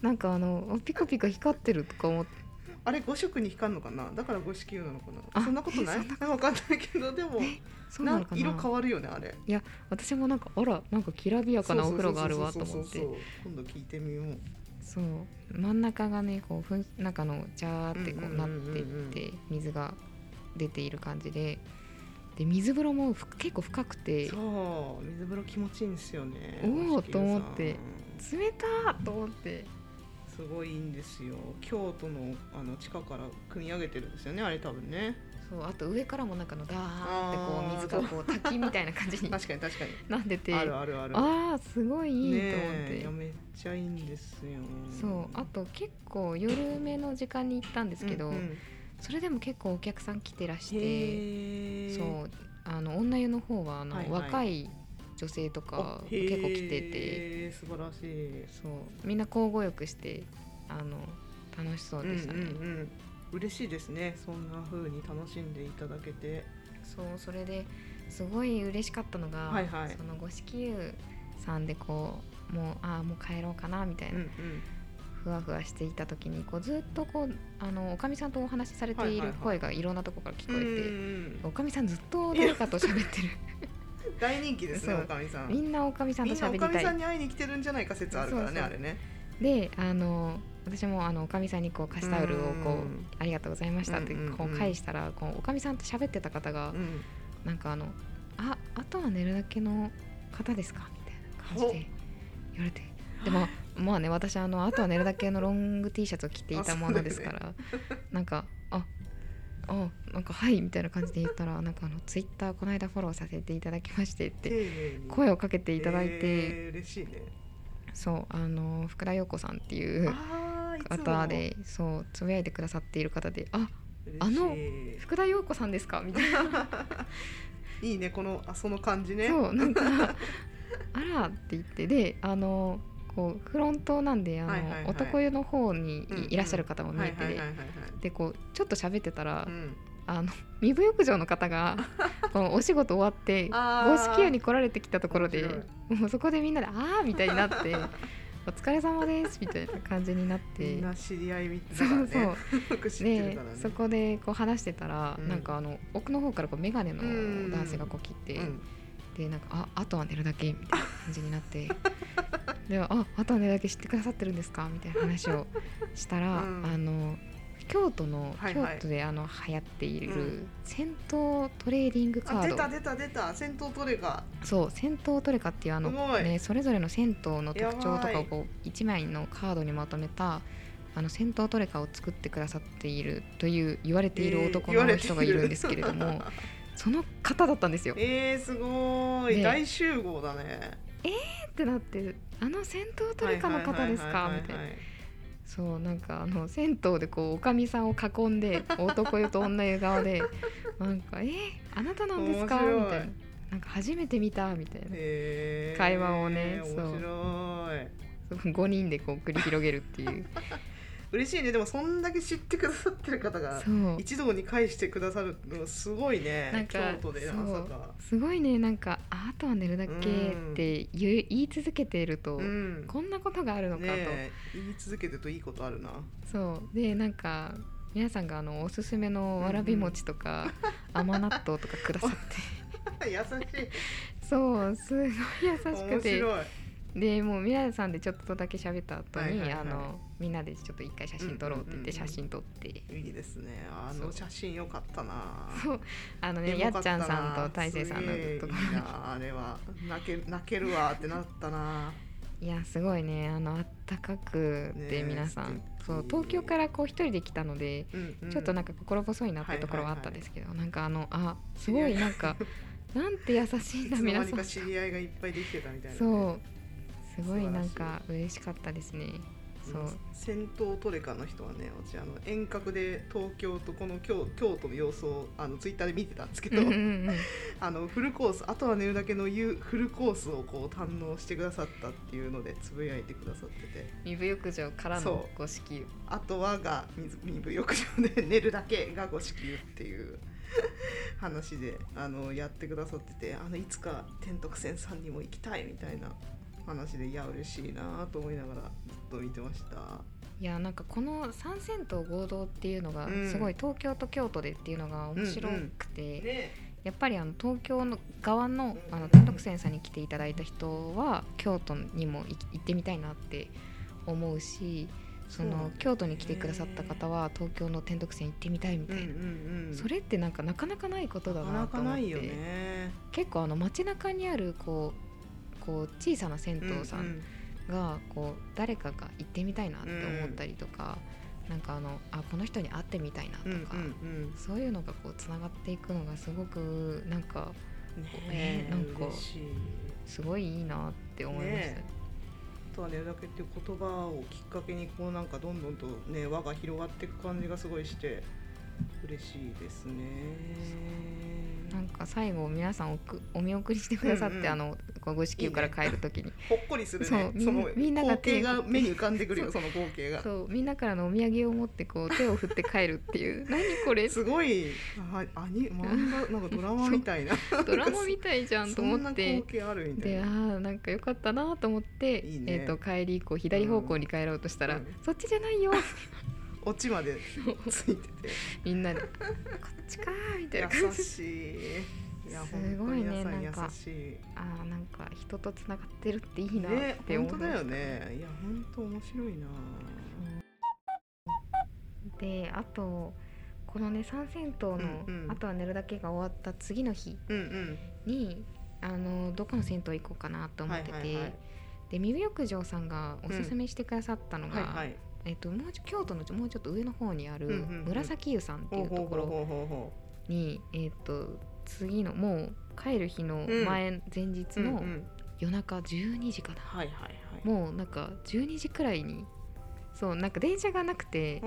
S1: なんかあのあピカピカ光ってるとか思って
S2: あれ5色に光るのかなだから5色用なのか
S1: あ
S2: なそんなことない
S1: えそ
S2: なんかわかんないけどでも
S1: そうなの
S2: ん
S1: か
S2: か
S1: な
S2: 色変わるよねあれ
S1: 私もなんかあらなんかきらびやかなお風呂があるわと思っ
S2: そう
S1: て
S2: そうそうそう今度聞いてみよう
S1: そう真ん中がねこうふん中のジャーってこ
S2: うん
S1: う
S2: うん
S1: な
S2: う
S1: っ
S2: んうん
S1: てって水が出ている感じでで水風呂もふ結構深くて
S2: そう水風呂気持ちいいんですよね
S1: おー
S2: 五色湯さん
S1: と思って冷たーと思って
S2: すごいいいんですよ京都のあの地下から組み上げてるんですよねあれ多分ね
S1: そうあと上からもなんかのダーってこう
S2: あー
S1: 水がこう滝みたいな感じ に
S2: 確かに確かに
S1: なってて
S2: あるあるある
S1: ああすごいいいと思
S2: ね
S1: っ
S2: えい
S1: て、
S2: やめっちゃいいんですよ
S1: そうあと結構夜めの時間に行ったんですけど、
S2: うんうん
S1: それでも結構お客さん来てらして
S2: へえ
S1: そうあの女湯の方はあの、
S2: はいはい
S1: 若い女性とか
S2: あへえ
S1: 結構来てて
S2: 素晴らしい
S1: そうみんな交互浴してあの楽しそうでしたね、
S2: うんうんうん嬉しいですねそんな風に楽しんでいただけて
S1: そうそれですごい嬉しかったのが、
S2: はいはい
S1: その五色湯さんでこうもうああもう帰ろうかなみたいな、ふわふわしていた時にこうずっとこうあのおかみさんとお話しされてい
S2: はいは
S1: る
S2: いはい
S1: 声がいろんなとこから聞こえて、
S2: うん
S1: おかみさんずっと誰かと喋ってる
S2: 大人気ですね
S1: そう
S2: おかみさん
S1: みんなおかみさんと
S2: みんな
S1: 喋
S2: お
S1: り
S2: かみ
S1: た
S2: さん
S1: い
S2: に会いに来てるんじゃないか説あるから
S1: そう
S2: ね
S1: そう
S2: あれね
S1: であの私もあのおかみさんにこう貸しタオルをこう
S2: うん
S1: ありがとうございましたって
S2: うんうんうん
S1: こう返したらこうおかみさんと喋ってた方が
S2: うん
S1: なんかあの「ああとは寝るだけの方ですか?」みたいな感じで言われてでもまあね私あのあとは寝るだけのロング T シャツを着ていたものですから、 なんかああなんかはいみたいな感じで言ったらなんかあのツイッターこの間フォローさせていただきましてって
S2: 丁寧に
S1: 声をかけていただいて、
S2: えー嬉しいね
S1: そうあの福田陽子さんっていう
S2: あーいつも
S1: 方でそうつぶやいてくださっている方で「あ
S2: 嬉しい
S1: あの福田陽子さんですか?」みたいな。
S2: いいねこのあその感じね
S1: そうなんか「あら」って言ってであのこうフロントなんであの、
S2: はいはいはい
S1: 男湯の方に
S2: うんうん
S1: いらっしゃる方も見えて
S2: はい
S1: で
S2: はいはいはいはい
S1: でこうちょっと喋ってたら、
S2: うん
S1: あの身分浴場の方 がこのお仕事終わって
S2: あ
S1: 公
S2: ー
S1: 式屋に来られてきたところで
S2: 面
S1: もうそこでみんなで「ああ」みたいになって 「お疲れ様です」みたいな感じになっ
S2: み
S1: て
S2: ん。な知り合いみた
S1: そ
S2: いな
S1: う
S2: ね
S1: そう、
S2: よく知ってる
S1: で
S2: からね
S1: そこでこう話してたら、
S2: うん
S1: なんかあの奥の方からこう眼鏡の男性がこう来て、
S2: うん
S1: でなんかああとは寝るだけみたいな感じになって でああとは寝るだけ知ってくださってるんですかみたいな話をしたら、
S2: うん
S1: あの京都の、
S2: はいはい
S1: 京都であの流行っていうる
S2: ん
S1: 戦闘トレーディングカ
S2: あ出
S1: ー
S2: た
S1: ド
S2: 出た出た戦闘トレカ
S1: そう戦闘トレカっていうあの、
S2: すごい
S1: ね、それぞれの銭湯の特徴と
S2: やば
S1: かを
S2: い
S1: こう1枚のカードにまとめたあの戦闘トレカを作ってくださっているという言われている
S2: えー
S1: 男
S2: 言わ
S1: の
S2: れている
S1: 人がいるんですけれども、その方だったんですよ。
S2: えー、すごーい、
S1: ね
S2: 大集合だね
S1: ってなってあの戦闘トレカの方ですかみたいな。そうなんかあの銭湯でこうおかみさんを囲んで男湯と女湯側でなんか「えーあなたなんですか?」み
S2: 面白い
S1: たいな「なんか初めて見た」みた いな
S2: へー
S1: 会話をね
S2: 面
S1: そう
S2: 白い
S1: 5人でこう繰り広げるっていう
S2: 嬉しいねでもそんだけ知ってくださってる方が
S1: そう
S2: 一堂に会してくださるのすごいね
S1: なんか
S2: 京都で
S1: そう
S2: まさか
S1: すごいねなんか「ああとは寝るだけ」って言い言い続けていると、
S2: ん
S1: こんなことがあるのかと、
S2: ねえ言い続けてるといいことあるな
S1: そうでなんか皆さんがあのおすすめのわらび餅とか、 甘納豆とかくださって
S2: 優しい
S1: そうすごい優し
S2: 面
S1: くて。
S2: 白い
S1: でもうミラさんでちょっとだけ喋った後に、
S2: はいはいはい
S1: あのみんなでちょっと一回写真撮ろうって言って
S2: うんうんうんう
S1: 写
S2: ん
S1: 真撮って、
S2: いいですねあ
S1: そ
S2: の
S1: う
S2: 写真良かったな
S1: そうあのね
S2: エ
S1: や
S2: モか
S1: っち
S2: た
S1: ゃん
S2: な
S1: さんと大成さんのとこ
S2: すげえいいなあれは泣け泣けるわってなったな
S1: いやすごいねあのあったかく
S2: ね
S1: て
S2: え
S1: 皆さん、
S2: 素敵
S1: そう東京からこう一人で来たので、
S2: うんうん
S1: ちょっとなん
S2: か
S1: か心細いなっていうところはあ
S2: はい
S1: った
S2: はいはい
S1: んですけど、なんかあのあすごいなん かなんて優しい
S2: い
S1: んだ
S2: つの
S1: 皆
S2: 間に
S1: さん
S2: か知り合いがいっぱいできてたみたいなね、
S1: そうすご
S2: 素晴らし
S1: い
S2: い
S1: なんか嬉しかったですねそううん
S2: 戦闘トレカの人はね私あの遠隔で東京とこの京京都の様子をあのツイッターで見てたんですけど
S1: うんうんうん
S2: あのフルコースあとは寝るだけのゆフルコースをこう堪能してくださったっていうのでつぶやいてくださってて
S1: 身分浴場からの
S2: そう
S1: 五色
S2: あとはが水身分浴場で寝るだけがご支給っていう話であのやってくださっててあのいつか天徳線さんにも行きたいみたいな話でいや嬉しいなと思いながらずっと見てました。
S1: いやなんかこの三銭湯合同っていうのが
S2: うん
S1: すごい東京と京都でっていうのが面白くて、
S2: ね
S1: やっぱりあの東京の側の
S2: うん
S1: あの天徳線さんに来ていただいた人は京都にも行き行ってみたいなって思うしそ
S2: そうなんだ
S1: の
S2: よね
S1: 京都に来てくださった方は東京の天徳線行ってみたいみ
S2: う
S1: た
S2: ん
S1: い
S2: うん
S1: な、
S2: うん、
S1: それってなんかなかなかないことだ
S2: なか
S1: な
S2: な
S1: と
S2: か
S1: 思
S2: な
S1: っ
S2: い
S1: て、
S2: よね。
S1: 結構あの街中にあるこうこう小さな銭湯さんがこう誰かが行ってみたいなって思ったりとか、なんかあのあこの人に会ってみたいなと
S2: うんうん
S1: か、
S2: うん
S1: そういうのがこうつながっていくのがすごくなんか
S2: うん、
S1: ねなんか
S2: 嬉しい
S1: すごいいいなって思いました、
S2: ねあとは寝るだけっていう言葉をきっかけにこうなんかどんどんとね輪が広がっていく感じがすごいして嬉しいですね。
S1: なんか最後皆さんおくお見送りしてくださって、
S2: うんうん
S1: あのこうご支給から帰る時に
S2: ほっこりするね。
S1: そ
S2: そうの
S1: みんなが
S2: 光景
S1: 手
S2: が
S1: を振って
S2: 目に浮かんでくるよ
S1: そ
S2: その光景が。
S1: そうみんなからのお土産を持ってこう手を振って帰るって いう何これ
S2: すごいあアニ 漫画なんかドラマみたいな
S1: ドラマみたいじゃ
S2: なんんか
S1: と
S2: そん
S1: 思
S2: な
S1: っ
S2: 光
S1: て。
S2: 景あるみたい
S1: であ
S2: な。
S1: ーなんか良かったなと思って
S2: いいね
S1: えー、と帰り以降左方向に帰ろうとしたら、
S2: うんうん
S1: そっちじゃない よ
S2: オチまでついてて。
S1: みんなで「こっちか」みたいな感
S2: 優
S1: じ
S2: しい。いや
S1: す
S2: 本当
S1: ごい
S2: に
S1: ね
S2: 皆さん
S1: なん
S2: 優
S1: か
S2: しい。
S1: ああなんか人とつながってるっていいなっ
S2: ね
S1: て
S2: 本
S1: 思い
S2: 当
S1: ま
S2: だ
S1: した、
S2: よね。いや本当面白いな。
S1: であとこのね三銭湯の、
S2: うんうん
S1: あとは寝るだけが終わった次の日
S2: うんうん。
S1: にあのどこの銭湯行こうかなと思ってて、
S2: はいはいはい
S1: で水浴場さんがおすすめしてくださったのが、
S2: はいはい。
S1: えっともうちょ京都のもうちょっと上の方にある
S2: うんうんうん
S1: 紫湯さんっていうところ
S2: ほうほうほ
S1: に、えっと次のもう帰る日の前、前日
S2: うほ
S1: の
S2: う。うんうん
S1: 夜中12時かな、
S2: はいはいはい。
S1: もうなんか12時くらいにそうなんか電車がなくて、あ
S2: あ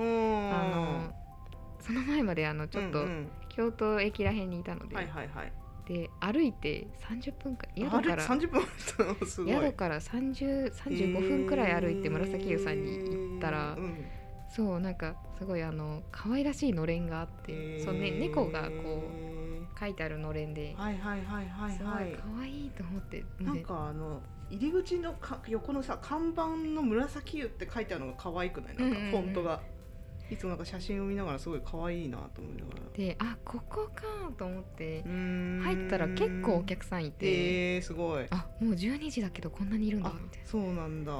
S1: のその前まであのちょっと京都駅らへんにいたので、
S2: はいはいはい。
S1: で歩いて30分くらい宿
S2: あ
S1: か
S2: れ
S1: ら
S2: 三十分もあったのすごい。
S1: 宿から30 35分くらい歩いて紫湯さんに行ったら、
S2: えーうん
S1: そうなんかすごいあの可愛らしいのれんがあって、そうね、猫がこう書いてあるのれんで、
S2: はいはいはいはい
S1: すごい
S2: はい。
S1: 可愛いと思って
S2: なんかあの入り口のか横のさ看板の紫湯って書いてあるのが可愛くない
S1: う
S2: なんか
S1: んうんうん
S2: フォントが、いつもなんか写真を見ながらすごい可愛いなと思いながら
S1: でであここかと思って
S2: うーん
S1: 入ったら結構お客さんいて、
S2: えー、すごい
S1: あもう12時だけどこんなにいるんだみたいな
S2: そうなんだ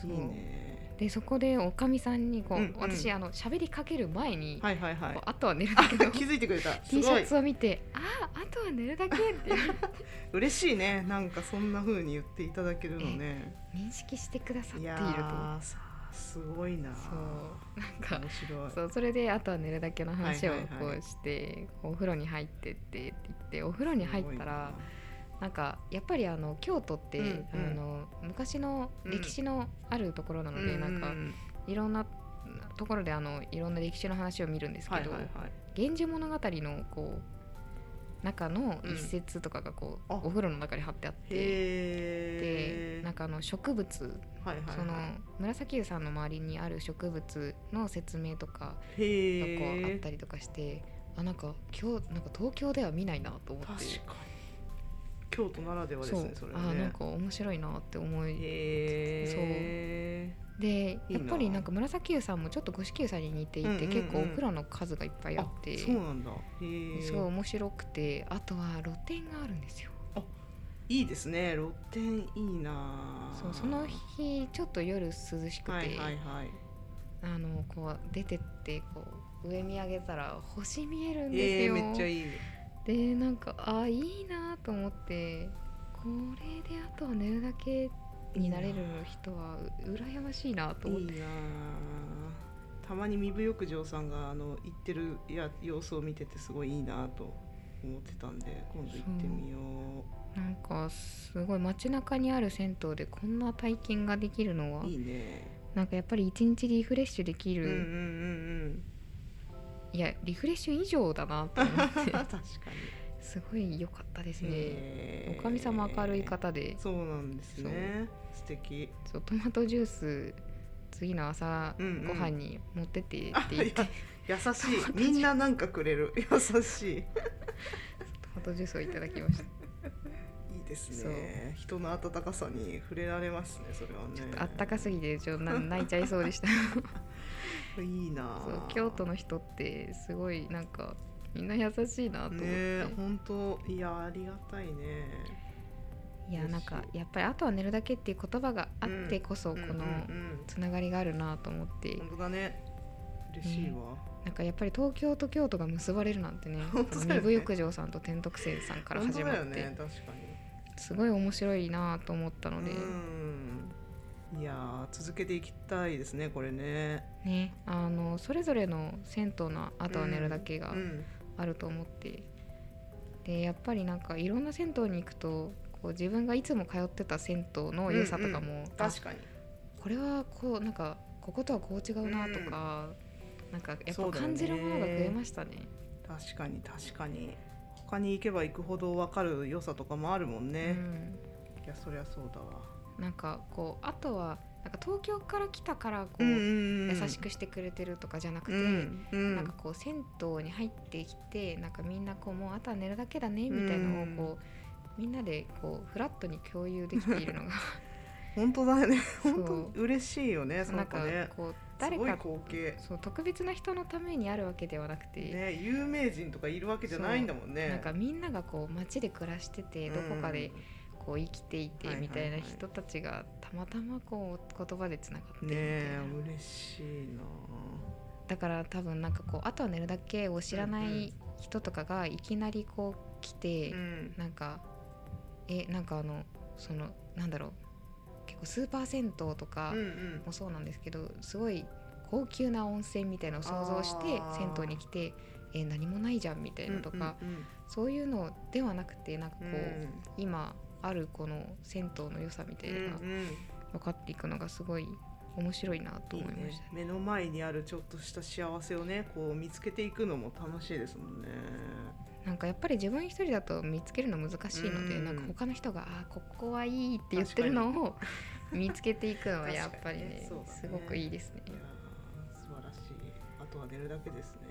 S1: そ
S2: いういね
S1: でそこでおかみさんにこう、
S2: うんうん
S1: 私あの喋りかける前に、
S2: はいはいは
S1: こ。
S2: いう
S1: あとは寝るだ
S2: あ
S1: けの
S2: 気づいてくれた。す
S1: T シ
S2: ご
S1: ャ
S2: い
S1: ツを見て「あああとは寝るだけ」って いう
S2: 嬉しいね。なんかそんな風に言っていただけるのね。
S1: 認識してくださっ
S2: い
S1: ている
S2: や
S1: と
S2: ーさすごいな。
S1: そうなんか
S2: 面白い。
S1: そうそれであとは寝るだけの話を
S2: はいはい
S1: こ
S2: はいう
S1: して「こうお風呂に入ってって」って言ってお風呂に入ったらなんかやっぱりあの京都って、
S2: うんうん
S1: あの昔の歴史のあるところな
S2: す
S1: の
S2: ごい
S1: で、
S2: な、
S1: なんか
S2: ううん
S1: いろんなところであのいろんな歴史の話を見るんですけ
S2: はい
S1: ど
S2: はいはい。
S1: 「源氏物語」のこう中の一節とかがこう、
S2: うんあ
S1: お風呂の中に貼ってあって。で
S2: へえ。
S1: なんかあの植物、
S2: はいはいはい。
S1: その紫湯さんの周りにある植物の説明とかがこうあ
S2: へ
S1: っ
S2: え。
S1: たりとかしてあなんか今日なんか東京では見ないなと思って
S2: 確かに。京都ならではですね。それは
S1: あなん
S2: ね。
S1: か面白いなって思い
S2: へえ。
S1: で
S2: いい
S1: や
S2: な
S1: っぱりなんか紫湯さんもちょっと五色湯さんに似ていて、
S2: うんうんうん
S1: 結構お風呂の数がいっぱいあって
S2: そうなんだ。へえ。
S1: すごい面白くてあとは露店があるんですよ
S2: いいですね。露天いいな。
S1: そうその日ちょっと夜涼しくて、
S2: はいはいはい。
S1: あのこう出てってこう上見上げたら星見えるんです
S2: ええ
S1: よ、
S2: めっちゃいい。
S1: でなんかあいいなと思ってこれであとは寝るだけになれる人はう羨ましいなと思っ
S2: いい
S1: て
S2: なあたまに三部浴場さんがあの行ってるや様子を見ててすごいいいなあと思ってたんで今度行ってみよ
S1: なんかすごい街中にある銭湯でこんな体験ができるのは
S2: ういいね
S1: なんかやっぱり一日リフレッシュでき
S2: うん
S1: る、
S2: うんうん
S1: いやリフレッシュ以上だなと思っ
S2: うん
S1: て
S2: 確か
S1: すごい良かったです
S2: に、
S1: ね、
S2: へ え
S1: おかみさんも明るい方で
S2: そうなんですね素敵
S1: そうトマトジュース次の朝
S2: うんうん
S1: ご飯に持ってってって
S2: あい
S1: 言って、
S2: や優しいみんななんかくれる 優しい
S1: トマトジュースをいただきま した
S2: いいですね人の温かさに触れられますねそれはね
S1: ちょっとあったかすぎてちょっとな泣いちゃいそうでした
S2: いいなあ
S1: そう京都の人ってすごいなんかみんな優しいなと思って、
S2: ねえ本当いやありがたいね
S1: いやなんかやっぱり「あとは寝るだけ」っていう言葉があってこそこ
S2: うんうん
S1: の
S2: うん
S1: つながりがあるなと思って、
S2: 本当だね嬉しいわ、
S1: なんかやっぱり東京と京都が結ばれるなんてね
S2: 本当だよね
S1: 二部浴場さんと天徳生さんから
S2: 本
S1: 始
S2: 当
S1: まっ
S2: だ
S1: て、
S2: よね確か
S1: すごい面白いなと思ったの
S2: に
S1: で、
S2: うんいやー続けていきたいですねこれね
S1: ねあのそれぞれの銭湯の「あとは寝るだけ」が
S2: うん
S1: あると思ってでやっぱりなんかいろんな銭湯に行くとこう自分がいつも通ってた銭湯の良さとかも、あ
S2: 確かに
S1: これはこうなんかこことはこう違うなとか、なんかやっ
S2: そ
S1: ぱ
S2: うだよ
S1: 感
S2: ね
S1: じるものが増えましたね。
S2: 確かに確かに他に行けば行くほど分かる良さとかもあるもん
S1: う
S2: ね、
S1: ん
S2: いやそりゃそうだわ
S1: なんかこうあとはなんか東京から来たからこう、
S2: 優
S1: 優しくしてくれてるとかじゃなく
S2: う
S1: て。
S2: んうん
S1: なんかこう銭湯に入ってきてなんかみんなこうもうあとは寝るだけだねみたいなのをこうみんなでこうフラットに共有できているの が
S2: 本当だよね
S1: そう
S2: 本当嬉しいよね
S1: な
S2: なんん
S1: か
S2: かね
S1: こう
S2: す
S1: 誰
S2: ごい
S1: か
S2: 光景
S1: そう特別な人のためにあるわけではなくて、
S2: ね、有名人とかいるわけじゃないんだもんね。
S1: なんかみんながこう街で暮らしててどこかでこう生きていて
S2: はいはい
S1: み
S2: はい
S1: たいな人たちがたまたまこう言葉でつながって
S2: う
S1: る
S2: ん
S1: み
S2: ね
S1: たいな、
S2: え嬉しいな。
S1: だから多分なんかこうあとは寝るだけを知らな
S2: うんう
S1: い人とかがいきなりこう来て、
S2: うん、
S1: なんかえなんかあのそのなんだろう結構スーパー銭湯とか
S2: うんうん
S1: もそうなんですけど、すごい高級な温泉みたいなのを想像して
S2: あー
S1: 銭湯に来てえ何もないじゃんみたいなとか、
S2: うんうん
S1: そういうのではなくてなんかこう、
S2: うん
S1: 今あるこの銭湯の良さみたいなのが
S2: うんうん
S1: 分かっていくのがすごい面白いなと
S2: いい
S1: 思いまし
S2: ね
S1: た。
S2: 目の前にあるちょっとした幸せをねこう見つけていくのも楽しいですもんね。
S1: なんかやっぱり自分一人だと見つけるの難しいので、
S2: うん
S1: なんか他の人が「あーここはいい」って言ってるのを見つけていく のはやっぱりね
S2: 確かにねそうだね
S1: すごくいいですね
S2: い。やー素晴らしい。あとは寝るだけですね。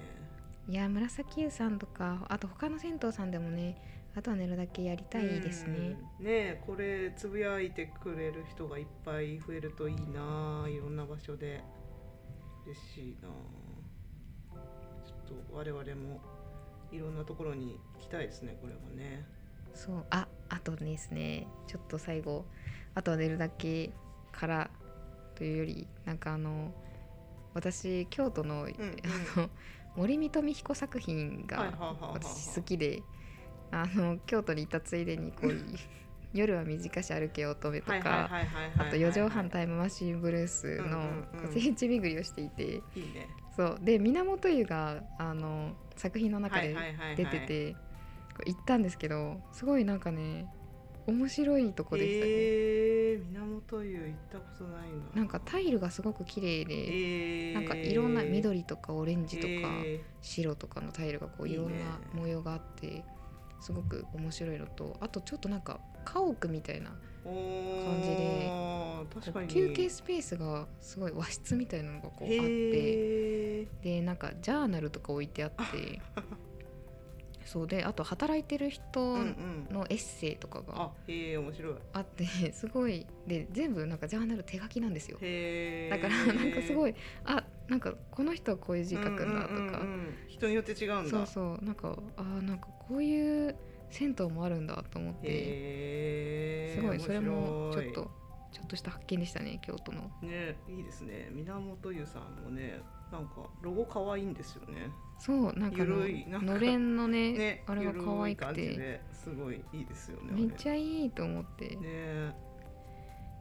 S1: いや紫湯さんとかあと他の銭湯さんでもねあとは寝るだけやりたいですね。
S2: うん。ねえこれつぶやいてくれる人がいっぱい増えるといいないろんな場所で嬉しいなちょっと我々もいろんなところに行きたいですねこれはね
S1: そうああとですねちょっと最後「あとは寝るだけ」からというよりなんかあの私京都の,、
S2: うん
S1: あの森見と美彦作品
S2: はいはい
S1: が
S2: はいはいはい
S1: 私好きであの京都に行ったついでに こう夜は短し歩けよ乙女と
S2: はいは
S1: か
S2: いはいはい
S1: あ
S2: はい
S1: と四畳半タイムマシンブルース
S2: うん
S1: の
S2: うんうん
S1: 聖地巡りをしていて
S2: いいね
S1: そうで源湯があの作品の中で
S2: はいはいはいはい
S1: 出ててこう行ったんですけどすごいなんかね面白いとこでしたね。
S2: えー、源湯行ったことないな
S1: なんかタイルがすごく綺麗
S2: え
S1: で、
S2: ー、
S1: なんかいろんな緑とかオレンジとか、
S2: え
S1: 白とかのタイルがこう
S2: い
S1: い
S2: いね
S1: ろんな模様があってすごく面白いのとあとちょっとなんか家屋みたいな
S2: ーおー
S1: 感じで
S2: 確かに
S1: 休憩スペースがすごい和室みたいなのがこうあって
S2: へー
S1: でなんかジャーナルとか置いてあって そうであと働いてる人
S2: うんうん
S1: のエッセイとかが
S2: あへえ面白い
S1: あって、 すごいで全部なんかジャーナル手書きなんですよ。
S2: へえ
S1: だからなんかすご
S2: い
S1: いあなんかこの人はこういう字書くんだとか、
S2: 人によって違うんだ
S1: そうそうなんかあーなんかこういう銭湯もあるんだと思って、
S2: へえ
S1: すごいそれも
S2: 面
S1: ちょ
S2: 白
S1: っ
S2: い
S1: とちょっとした発見でしたね京都の
S2: ねいいですね源湯さんもねなんかロゴ可愛いんですよね
S1: そうなんかあの
S2: ゆるいなんか
S1: のれんのね
S2: ね
S1: あれが可愛く
S2: ゆるい感じ
S1: て
S2: ですごいいいですよね
S1: めっち
S2: ゃ
S1: ゃいいと思って、
S2: ね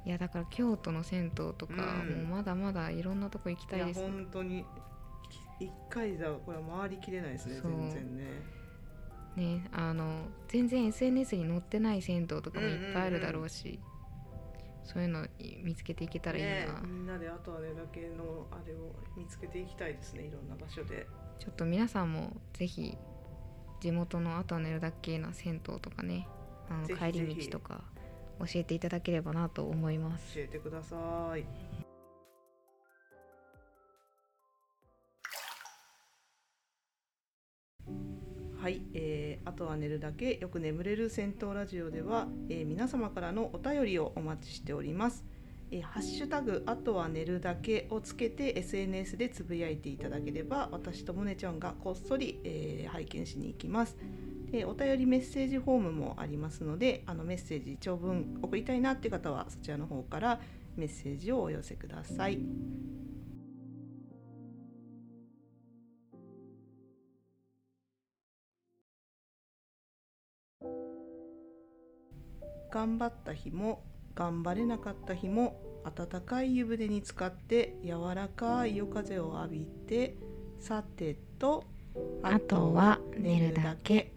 S1: いやだから京都の銭湯とか、
S2: うん
S1: もうまだまだいろんなとこ行きた
S2: い
S1: い
S2: や
S1: です
S2: 本当に一回じゃこれは回りきれないですね
S1: そう
S2: 全然ね
S1: ねあの全然 SNS に載ってない銭湯とかもいっぱいあるだろうし、そういうの見つけていけたらいいな、
S2: ねみんなであとはねだけのあれを見つけていきたいですねいろんな場所で
S1: ちょっと皆さんもぜひ地元のあとは寝るだけな銭湯とかねあの
S2: ぜひぜひ
S1: 帰り道とか教えていただければなと思います
S2: 教えてくださいはい、えーあとは寝るだけよく眠れる銭湯ラジオでは、えー皆様からのお便りをお待ちしております、えーハッシュタグあとは寝るだけをつけて SNS でつぶやいていただければ私ともねちゃんがこっそり、えー拝見しに行きますでお便りメッセージフォームもありますのであのメッセージ長文送りたいなって方はそちらの方からメッセージをお寄せください。頑張った日も頑張れなかった日も温かい湯船に浸かって柔らかい夜風を浴びてさてと
S1: あとは寝るだけ